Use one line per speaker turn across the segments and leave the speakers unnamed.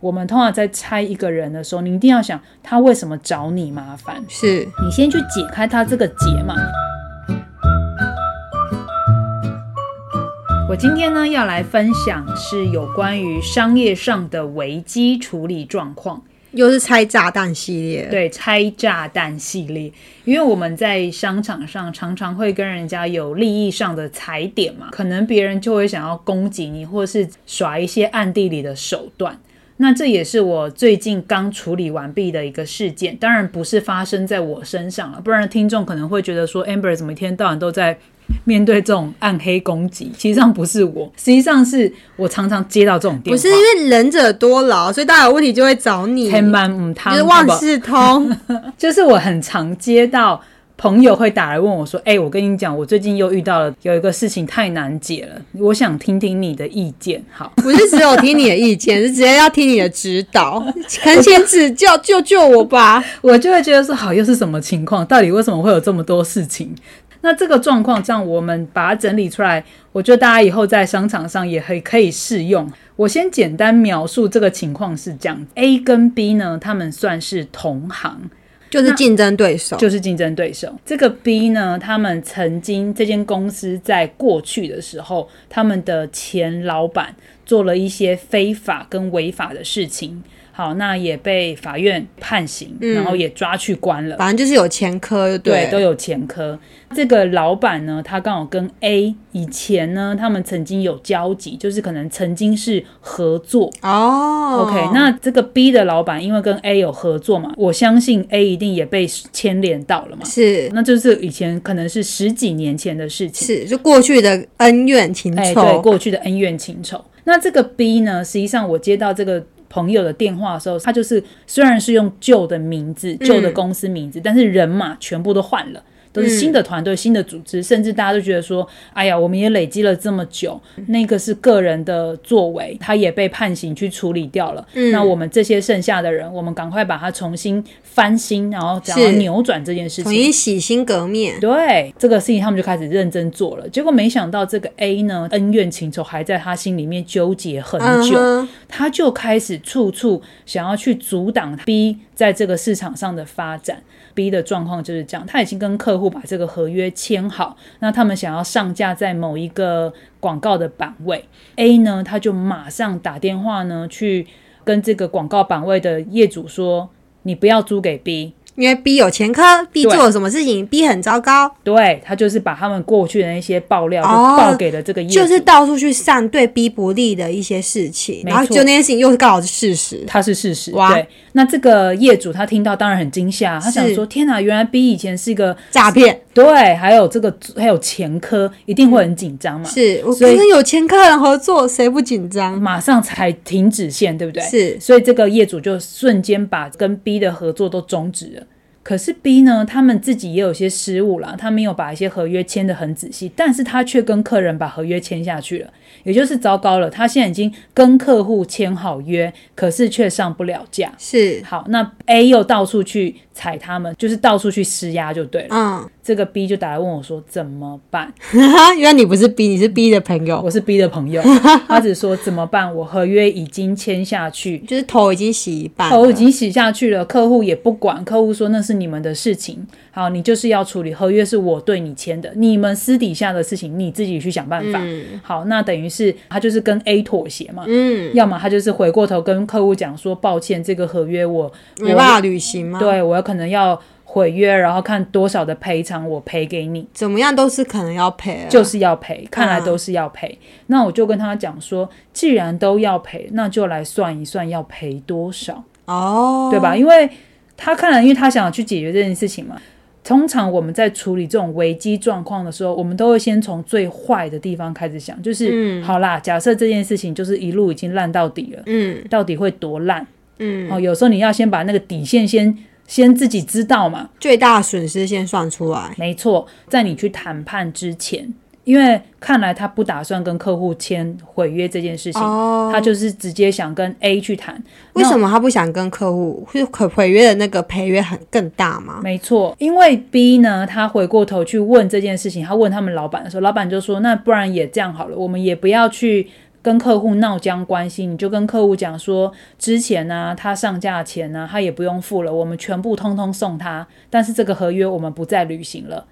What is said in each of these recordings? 我们通常在猜一个人的时候，你一定要想他为什么找你麻烦，
是
你先去解开他这个结嘛。我今天呢要来分享是有关于商业上的危机处理状况，
又是拆炸弹系列，，
对拆炸弹系列，因为我们在商场上常常会跟人家有利益上的踩点嘛，可能别人就会想要攻击你，或是耍一些暗地里的手段。那这也是我最近刚处理完毕的一个事件，当然不是发生在我身上了，不然听众可能会觉得说 Amber 怎么一天到晚都在面对这种暗黑攻击，其实上不是我，实际上是我常常接到这种电
不
话，
是因为仁者多劳，所以大家有问题就会找你，
天
就
满母汤，
是
好
万
不好
事 通，
就是我很常接到朋友会打来问我说：“哎、我跟你讲，我最近又遇到了有一个事情太难解了，我想听听你的意见。”好，
不是只有听你的意见， 是直接要听你的指导，恳请指教，救救 我吧！
我就会觉得说：“好，又是什么情况？到底为什么会有这么多事情？”那这个状况，这样我们把它整理出来，我觉得大家以后在商场上也很可以适用。我先简单描述这个情况是这样：A 跟 B 呢，他们算是同行，
就是竞争对手，
就是竞争对手。这个 B 呢，他们曾经这间公司在过去的时候，他们的前老板做了一些非法跟违法的事情，好，那也被法院判刑，
嗯
然后也抓去关了。
反正就是有前科就
对，
对
都有前科。这个老板呢，他刚好跟 A 以前呢，他们曾经有交集，就是可能曾经是合作，
哦
OK，那这个 B 的老板因为跟 A 有合作嘛，我相信 A 一定也被牵连到了嘛。
是
那就是以前可能是十几年前的事情，
是就过去的恩怨情
哎，对，
仇，
过去的恩怨情仇。那这个 B 呢，实际上我接到这个朋友的电话的时候，他就是虽然是用旧的名字、
嗯
旧的公司名字，但是人马全部都换了。都是新的团队、新的组织，甚至大家都觉得说：“哎呀，我们也累积了这么久，
嗯
那个是个人的作为，他也被判刑去处理掉了。
嗯
那我们这些剩下的人，我们赶快把它重新翻新，然后然后
是
扭转这件事情，
重新洗心革面，
对这个事情，他们就开始认真做了。结果没想到，这个 A 呢，恩怨情仇还在他心里面纠结很
嗯
久，
哼，
他就开始处处想要去阻挡 B 在这个市场上的发展。B 的状况就是这样，他已经跟客户把这个合约签好，那他们想要上架在某一个广告的版位，A 呢，他就马上打电话呢去跟这个广告版位的业主说，你不要租给 B，
因为 B 有前科，B
对
做了什么事情，B 很糟糕，
对他就是把他们过去的那些爆料就
哦
报给了这个业主，
就是到处去散对 B 不利的一些事情，
没
然后
错
就那些事情又是刚好是事实，
他是事实。
哇
对，那这个业主他听到当然很惊吓，他想
是
说：天哪，原来 B 以前是一个
诈骗
对，还有这个还有前科，一定会很紧张嘛。
是我
所以
跟有前科人合作，谁不紧张？
马上才停止线，对不对？
是
所以这个业主就瞬间把跟 B 的合作都终止了。可是 B 呢，他们自己也有些失误啦，他没有把一些合约签得很仔细，但是他却跟客人把合约签下去了，也就是糟糕了。他现在已经跟客户签好约，可是却上不了架。
是，
好，那 A 又到处去踩他们，就是到处去施压就对了。
嗯，
这个 B 就打来问我说怎么办？
原来你不是 B，你是 B 的朋友，
我是 B 的朋友，他只说怎么办？我合约已经签下去，
就是头已经洗一半了，
头已经洗下去了，客户也不管，客户说那是你们的事情，好，你就是要处理合约是我对你签的，你们私底下的事情你自己去想办法。好，那等于是他就是跟 A 妥协嘛，
嗯，
要么他就是回过头跟客户讲说抱歉，这个合约我
没办法履行吗？，
对我有可能要毁约，然后看多少的赔偿我赔给你。
怎么样都是可能要赔了，
就是要赔，看
嗯
来都是要赔。那我就跟他讲说，既然都要赔，那就来算一算要赔多少。
哦，
对吧？？因为他看来，因为他想要去解决这件事情嘛。通常我们在处理这种危机状况的时候，我们都会先从最坏的地方开始想，就是、好啦，假设这件事情就是一路已经烂到底了，
嗯
到底会多烂？
嗯，
哦，有时候你要先把那个底线先先自己知道嘛，
最大的损失先算出来，
没错，在你去谈判之前，因为看来他不打算跟客户签毁约这件事情，
哦
他就是直接想跟 A 去谈，
为什么他不想跟客户？是可毁约的那个赔约很更大吗？
没错，因为 B 呢，他回过头去问这件事情，他问他们老板的时候，老板就说：“那不然也这样好了，我们也不要去跟客户闹僵关系，你就跟客户讲说，之前呢、他上架前呢、啊他也不用付了，我们全部通通送他，但是这个合约我们不再履行了。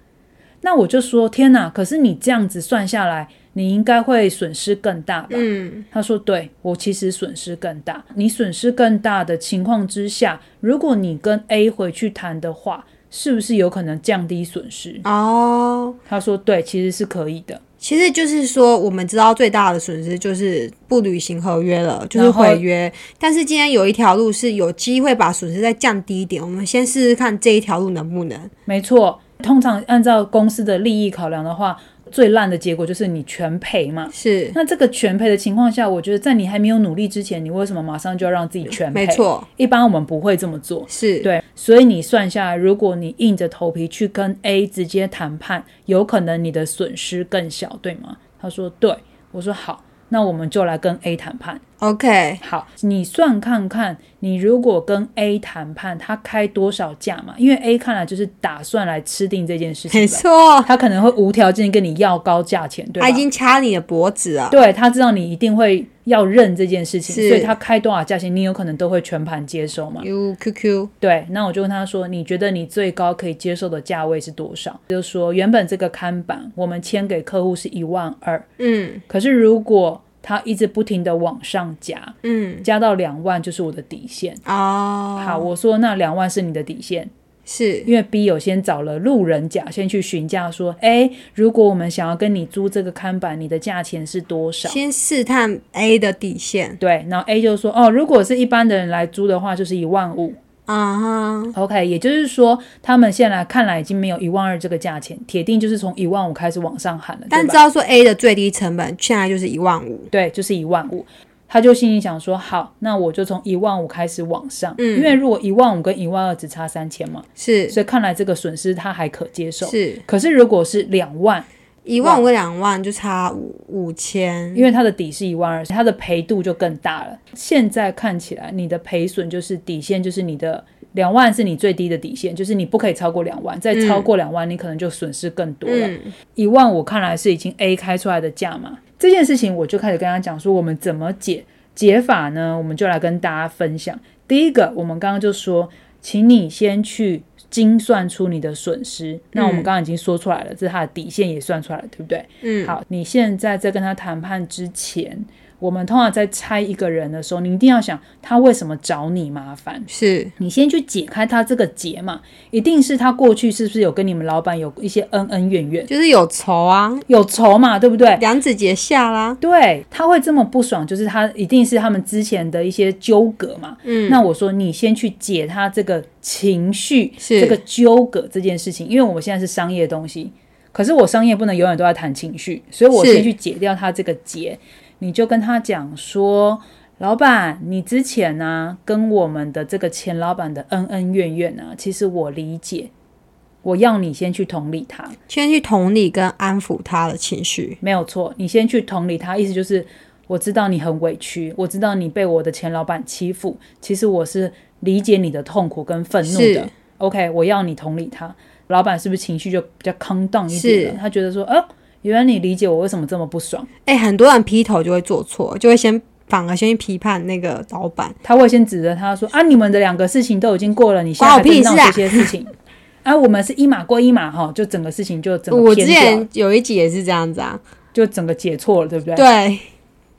那我就说，天哪！可是你这样子算下来，你应该会损失更大吧？
嗯，
他说：“对我其实损失更大。你损失更大的情况之下，如果你跟 A 回去谈的话，是不是有可能降低损失
哦，？”
他说：“对，其实是可以的。
其实就是说，我们知道最大的损失就是不履行合约了，就是毁约。但是今天有一条路是有机会把损失再降低一点，我们先试试看这一条路能不能。
没错，通常按照公司的利益考量的话，最烂的结果就是你全赔嘛。
是，
那这个全赔的情况下，我觉得在你还没有努力之前，你为什么马上就要让自己全赔？
没，错，
一般我们不会这么做。
是，
对，所以你算下来，如果你硬着头皮去跟 A 直接谈判，有可能你的损失更小，对吗？他说对，我说好，那我们就来跟 A 谈判。
OK，
好，你算看看，你如果跟 A 谈判，他开多少价嘛？因为 A 看来就是打算来吃定这件事情
没
吧，
错，
他可能会无条件跟你要高价钱，对吧
他已？经掐你的脖子了。
对他知道你一定会要认这件事情，
是
所以他开多少价钱，你有可能都会全盘接收嘛。
U Q Q，
对，那我就问他说：“你觉得你最高可以接受的价位是多少？”就说原本这个看板我们签给客户是一万二，
嗯
可是如果他一直不停的往上加，
嗯，
加到两万就是我的底线。
哦，
好，我说那两万是你的底线，
是
因为 B 有先找了路人甲先去询价说，哎，如果我们想要跟你租这个看板，你的价钱是多少？
先试探 A 的底线。
对，然后 A 就说，哦，如果是一般的人来租的话，就是一万五。
啊哈，
OK，也就是说，他们现在看来已经没有一万二这个价钱，铁定就是从一万五开始往上喊了，
但
对
知
吧？
道说 A 的最低成本现在就是一万五。
对，就是一万五。他就心里想说，好，那我就从一万五开始往上，
嗯
因为如果一万五跟一万二只差三千嘛，
是
所以看来这个损失他还可接受。
是，
可是如果是两万，
一万五跟两万就差五五千。
因为他的底是一万二，他的赔度就更大了。现在看起来，你的赔损就是底线，就是你的两万是你最低的底线，就是你不可以超过两万，再超过两万，你可能就损失更多了。
嗯，
一万我看来是已经 A 开出来的价嘛。这件事情我就开始跟他讲说，我们怎么解解法呢？我们就来跟大家分享。第一个，我们刚刚就说，请你先去精算出你的损失。那我们刚刚已经说出来了，这是他的底线也算出来了，对不对？
嗯，
好，你现在在跟他谈判之前，我们通常在猜一个人的时候，你一定要想他为什么找你麻烦。
是
你先去解开他这个结嘛，一定是他过去是不是有跟你们老板有一些恩恩怨怨，
就是有仇啊，
有仇嘛，对不对？
梁子杰下啦。
对，他会这么不爽，就是他一定是他们之前的一些纠葛嘛。
嗯，
那我说你先去解他这个情绪，
是
这个纠葛这件事情，因为我们现在是商业东西，可是我商业不能永远都在谈情绪，所以我
是
先去解掉他这个结。你就跟他讲说，老板，你之前呢、跟我们的这个前老板的恩恩怨怨啊，其实我理解，我要你先去同理他。
先去同理跟安抚他的情绪。
没有错，你先去同理他，意思就是我知道你很委屈，我知道你被我的前老板欺负，其实我是理解你的痛苦跟愤怒的
是。
OK，我要你同理他。老板是不是情绪就比较 calm down 一点了？
是
他觉得说，哦，原来你理解我为什么这么不爽，
哎、很多人劈头就会做错，就会先反而先去批判那个老板。
他会先指着他说啊，你们的两个事情都已经过了，你现在还
关我
在
屁
闹
事啊
这些事 情。啊，我们是一码归一码哈，就整个事情就整个
我之
偏掉了
前，有一集也是这样子啊，
就整个解错了，对不对？
对，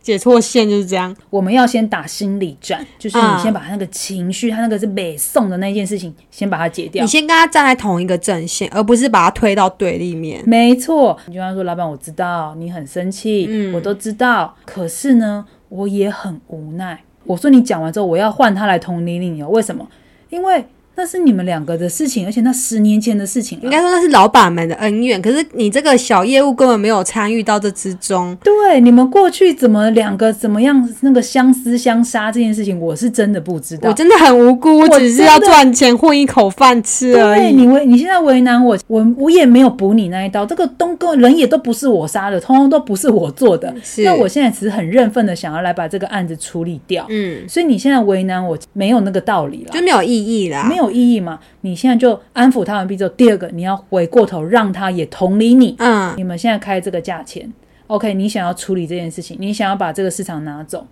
解错线就是这样。
我们要先打心理战，就是
啊
你先把他那个情绪，他那个是北宋的那件事情，先把它解掉
你。先跟他站在同一个阵线，而不是把他推到对立面。
没错，你就跟他说：“老板，我知道你很生气，
嗯
我都知道，可是呢，我也很无奈。”我说：“你讲完之后，我要换他来同理你哦。为什么？因为那是你们两个的事情，而且那十年前的事情啊
应
了。
该说那是老板们的恩怨，可是你这个小业务根本没有参与到这之中。
对，你们过去怎么两个怎么样那个相思相杀这件事情，我是真的不知道
我。真的很无辜，我只是要
真的
赚钱混一口饭吃而
对
已。
你为你现在为难我，我我也没有补你那一刀，这个东哥人也都不是我杀的，通通都不是我做的。
嗯是
那我现在只是很认份的想要来把这个案子处理掉，
嗯，
所以你现在为难我没有那个道理了
就。没啊有意义啦。
没有意义嘛？你现在就安抚他完毕之后，第二个你要回过头让他也同理你。
嗯，
你们现在开这个价钱 OK，你想要处理这件事情，你想要把这个市场拿走，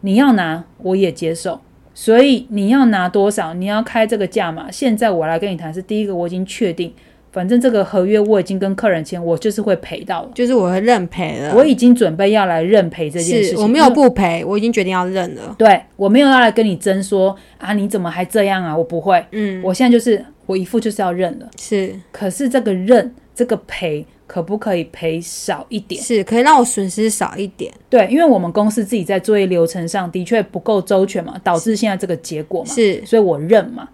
你要拿我也接受。所以你要拿多少，你要开这个价嘛？现在我来跟你谈是第一个，我已经确定，反正这个合约我已经跟客人签，我就是会赔到了，
就是我会认赔了。
我已经准备要来认赔这件事
是
情。
我没有
因为
不赔，我已经决定要认了。
对我没有要来跟你争说啊，你怎么还这样啊？我不会，
嗯，
我现在就是我一副就是要认了。
是
可是这个认，这个赔，可不可以赔少一点？
是，可以让我损失少一点。
对，因为我们公司自己在作业流程上的确不够周全嘛，导致现在这个结果嘛，
是
所以我认嘛。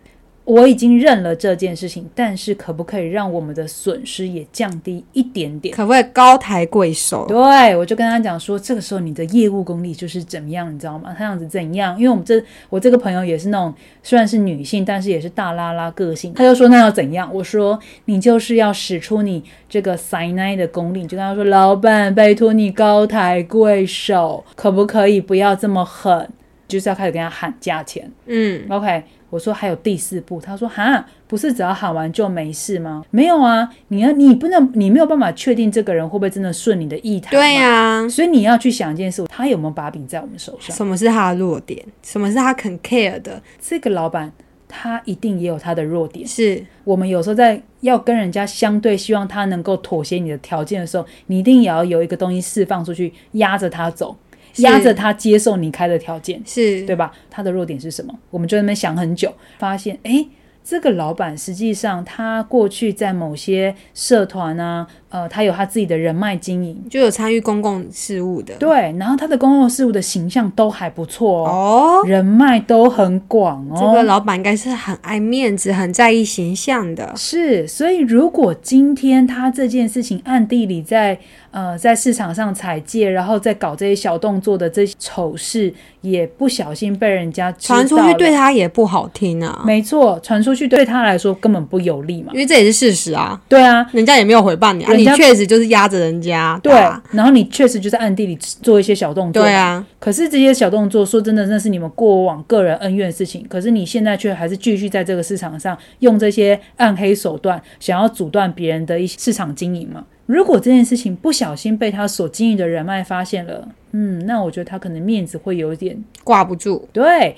我已经认了这件事情，但是可不可以让我们的损失也降低一点点？
可不可以高抬贵手？
对，我就跟他讲说，这个时候你的业务功力就是怎么样，你知道吗？他想子怎样？因为我们这我这个朋友也是那种虽然是女性，但是也是大拉拉个性。他就说那要怎样？我说你就是要使出你这个塞奶的功力。你就跟他说，老板，拜托你高抬贵手，可不可以不要这么狠？就是要开始跟他喊价钱。
嗯，
OK，我说还有第四步，他说哈，不是只要喊完就没事吗？没有啊，你要你不能，你没有办法确定这个人会不会真的顺你的意谈嘛。
对呀、
所以你要去想一件事，他有没有把柄在我们手上？
什么是他的弱点？什么是他肯 care 的？
这个老板他一定也有他的弱点。
是
我们有时候在要跟人家相对，希望他能够妥协你的条件的时候，你一定也要有一个东西释放出去，压着他走，
是
压着他接受你开的条件。
是，
对吧？他的弱点是什么？我们就在那边想很久，发现诶，这个老板实际上他过去在某些社团啊，呃，他有他自己的人脉经营，
就有参与公共事务的。
对，然后他的公共事务的形象都还不错哦，
哦，
人脉都很广哦。
这个老板应该是很爱面子、很在意形象的。
是，所以如果今天他这件事情暗地里在呃在市场上踩界，然后再搞这些小动作的这些丑事，也不小心被人家知
传出
道
去
了
对他也不好听啊，
没错，传出去对他来说根本不有利嘛
因。为这也是事实啊，
对啊，
人家也没有回谤你啊，
人
你
家
确实就是压着人家
对啊
打。，
然后你确实就是暗地里做一些小动作。
对，啊，
可是这些小动作，说真的，那是你们过往个人恩怨的事情。可是你现在却还是继续在这个市场上用这些暗黑手段，想要阻断别人的一些市场经营嘛？如果这件事情不小心被他所经营的人脉发现了，嗯，那我觉得他可能面子会有一点
挂不住。
对。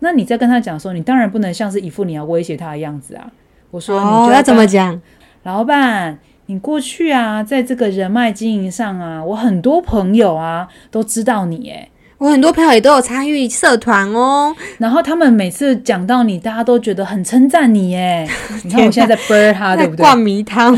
那你在跟他讲说，你当然不能像是一副你要威胁他的样子啊。我说，你
哦
就，
要怎么
跟
讲？
老板，你过去啊，在这个人脉经营上啊，我很多朋友啊都知道你诶，
我很多朋友也都有参与社团哦，
然后他们每次讲到你，大家都觉得很称赞你诶。你看我现在在 burn 他，啊对
在
不对？
灌迷 汤。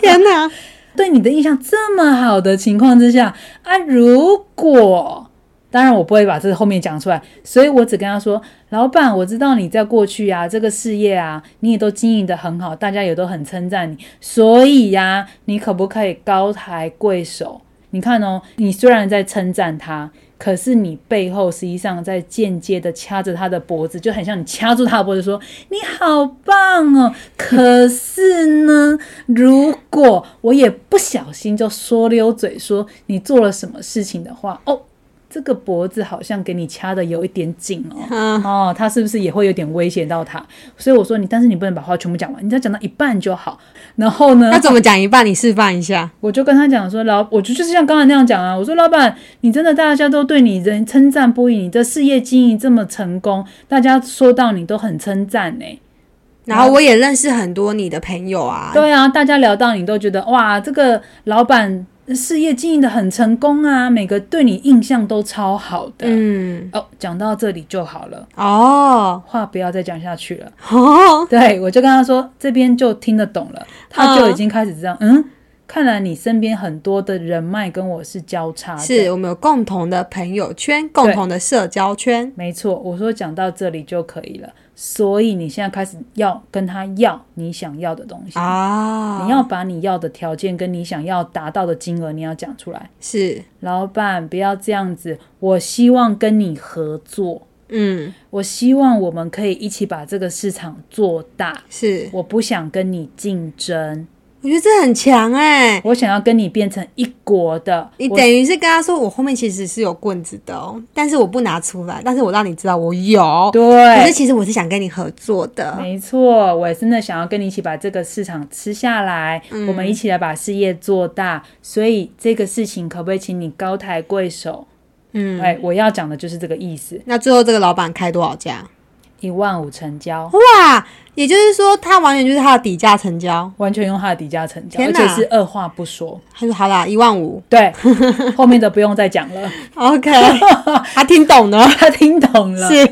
天哪，
对你的印象这么好的情况之下啊，如果当然我不会把这后面讲出来，所以我只跟他说，老板，我知道你在过去啊这个事业啊，你也都经营的很好，大家也都很称赞你，所以呀、你可不可以高抬贵手？你看哦，你虽然在称赞他，可是你背后实际上在间接的掐着他的脖子，就很像你掐住他的脖子说：“你好棒哦！”可是呢，如果我也不小心就说溜嘴说你做了什么事情的话，哦，这个脖子好像给你掐的有一点紧哦。
嗯，
哦，他是不是也会有点威胁到他？所以我说你，但是你不能把话全部讲完，你只要讲到一半就好。然后呢
要，怎么讲一半？你示范一下。
我就跟他讲说，老，我就就是像刚才那样讲啊，我说老板，你真的大家都对你人称赞不已，你的事业经营这么成功，大家说到你都很称赞呢、
然后我也认识很多你的朋友
啊
啊，
对啊，大家聊到你都觉得哇，这个老板事业经营的很成功啊，每个对你印象都超好的。
嗯，
哦，讲到这里就好了，
哦，
话不要再讲下去了。
哦，
对我就跟他说，这边就听得懂了，他就已经开始这样，嗯，看来你身边很多的人脉跟我是交叉的。
是我们有共同的朋友圈，共同的社交圈，
没错，我说讲到这里就可以了。所以你现在开始要跟他要你想要的东西，
啊，
你要把你要的条件跟你想要达到的金额，你要讲出来。
是，
老板，不要这样子，我希望跟你合作，
嗯，
我希望我们可以一起把这个市场做大，
是，
我不想跟你竞争。
我觉得这很强哎、
我想要跟你变成一国的，
你
我
等于是跟他说，我后面其实是有棍子的哦，但是我不拿出来，但是我让你知道我有。可是
对，
其实我是想跟你合作的。
没错，我真的想要跟你一起把这个市场吃下来，
嗯
我们一起来把事业做大。所以这个事情可不可以请你高抬贵手？
嗯，
哎，我要讲的就是这个意思，
那最后这个老板开多少价？
一万五成交，
哇，也就是说他完全就是他的底价成交。
完全用他的底价成交，
天
而
哪
且是二话不说。
他说好啦，一万五
对，后面的不用再讲了，
，OK，他听懂了，
他听懂了。
是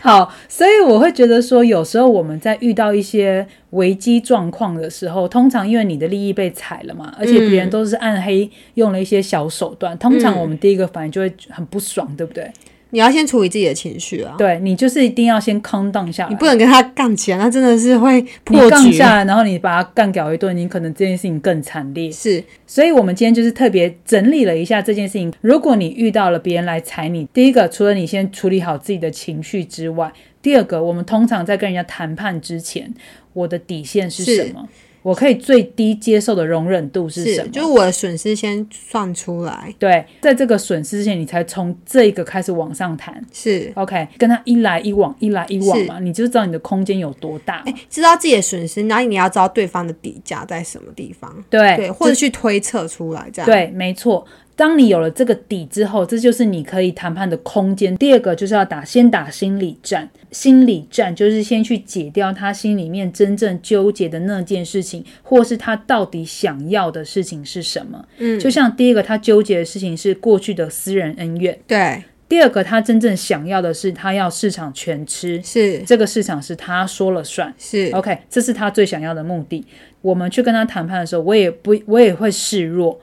好，哦所以我会觉得说，有时候我们在遇到一些危机状况的时候，通常因为你的利益被踩了
嗯
嘛，而且别人都是暗黑用了一些小手段，通常我们第一个反应就会很不爽，对不对？
你要先处理自己的情绪啊，
对你就是一定要先 calm down 下
你
来。
不能跟他杠起来，那真的是会
你
破
杠
局。
下来，然后你把他干掉一顿，你可能这件事情更惨烈。
是，
所以，我们今天就是特别整理了一下这件事情。如果你遇到了别人来踩你，第一个，除了你先处理好自己的情绪之外，第二个，我们通常在跟人家谈判之前，我的底线是
是
什么？我可以最低接受的容忍度是什
是，
么？
就是我的损失先算出来，
对，在这个损失之前，你才从这个开始往上谈。
是，
OK，跟他一来一往，一来一往嘛，你就知道你的空间有多大嘛。
哎知道自己的损失，然后你要知道对方的底价在什么地方，
对
对，或者去推测出来，这样，
对，没错。当你有了这个底之后，这就是你可以谈判的空间。第二个就是要打，先打心理战。心理战就是先去解掉他心里面真正纠结的那件事情，或是他到底想要的事情是什么。嗯，就像第一个他纠结的事情是过去的私人恩怨，
对，
第二个他真正想要的是他要市场全吃，
是
这个市场是他说了算。
是
OK，这是他最想要的目的。我们去跟他谈判的时候，我也不，我也会示弱，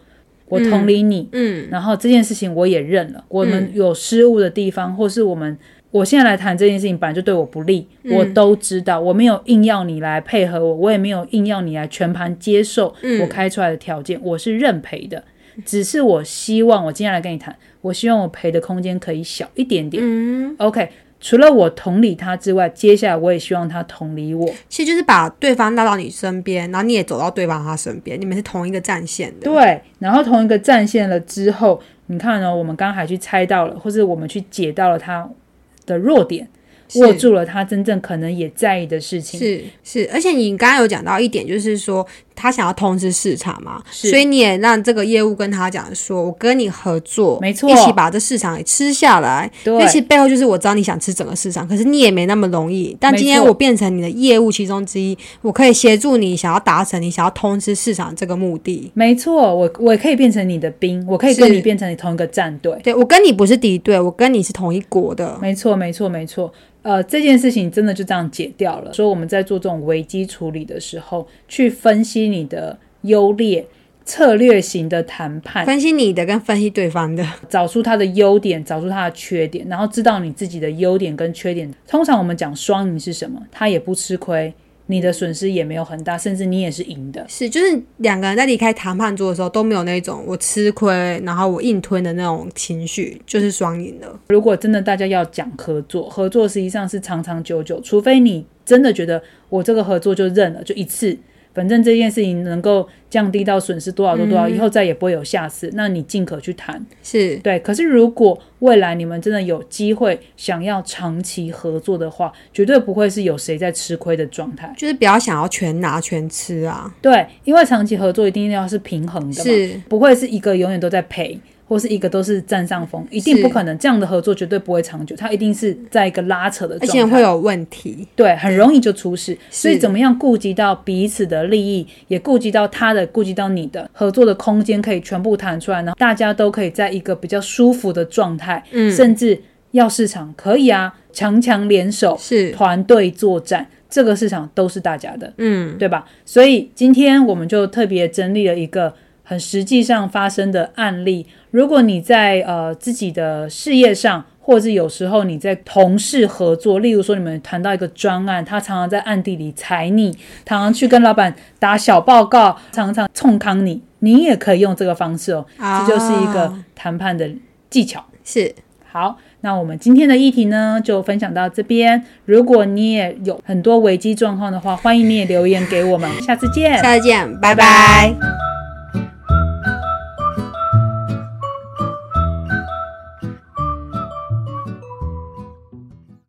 我同理你，
嗯，
然后这件事情我也认了，我们有失误的地方，或是我们我现在来谈这件事情本来就对我不利，
嗯
我都知道，我没有硬要你来配合我，我也没有硬要你来全盘接受
嗯
我开出来的条件，我是认赔的。只是我希望我接下来跟你谈，我希望我赔的空间可以小一点点。嗯，OK。除了我同理他之外，接下来我也希望他同理我。
其实就是把对方拉到你身边，然后你也走到对方他身边，你们是同一个战线的，
对，然后同一个战线了之后，你看哦，我们刚刚还去猜到了，或是我们去解到了他的弱点，
是
握住了他真正可能也在意的事情。
是是，而且你刚刚有讲到一点，就是说他想要通知市场嘛，
是
所以你也让这个业务跟他讲说，我跟你合作，
没错
一起把这市场给吃下来。
对
所以其实背后就是我知道你想吃整个市场，可是你也没那么容易。但
没
今天
错
我变成你的业务其中之一，我可以协助你想要达成你想要通知市场这个目的。
没错，我我也可以变成你的兵，我可以跟
是
你变成同一个战队。
对我跟你不是敌对，我跟你是同一国的。
没错，没错，没错。呃，这件事情真的就这样解掉了。所以我们在做这种危机处理的时候，去分析你的优劣，策略型的谈判，
分析你的跟分析对方的，
找出他的优点，找出他的缺点，然后知道你自己的优点跟缺点。通常我们讲双赢是什么？他也不吃亏，你的损失也没有很大，甚至你也是赢的。
是就是两个人在离开谈判桌的时候都没有那种我吃亏，然后我硬吞的那种情绪，就是双赢了。
如果真的大家要讲合作，合作实际上是长长久久，除非你真的觉得我这个合作就认了，就一次。反正这件事情能够降低到损失多少多多少，以后再也不会有下次。那你尽可去谈，
是
对，可是如果未来你们真的有机会想要长期合作的话，绝对不会是有谁在吃亏的状态。
就是不要想要全拿全吃啊，
对，因为长期合作一定要是平衡的嘛，
是
不会是一个永远都在赔，或是一个都是占上风，一
是
定不可能这样的合作绝对不会长久，它一定是在一个拉扯的
而且
状
会
态。
有问题。
对，很容易就出事，所以
是
怎么样顾及到彼此的利益，也顾及到他的，顾及到你的合作的空间，可以全部谈出来，然后大家都可以在一个比较舒服的状态，
嗯，
甚至要市场可以啊，强强联手，
是
团队作战，这个市场都是大家的，
嗯，
对吧？所以今天我们就特别整理了一个很实际上发生的案例。如果你在呃自己的事业上，或是有时候你在同事合作，例如说你们谈到一个专案，他常常在暗地里踩你，常常去跟老板打小报告，常常冲康你，你也可以用这个方式哦。
啊
这就是一个谈判的技巧。
是
好，那我们今天的议题呢，就分享到这边。如果你也有很多危机状况的话，欢迎你也留言给我们。下次见，
下次见，拜拜。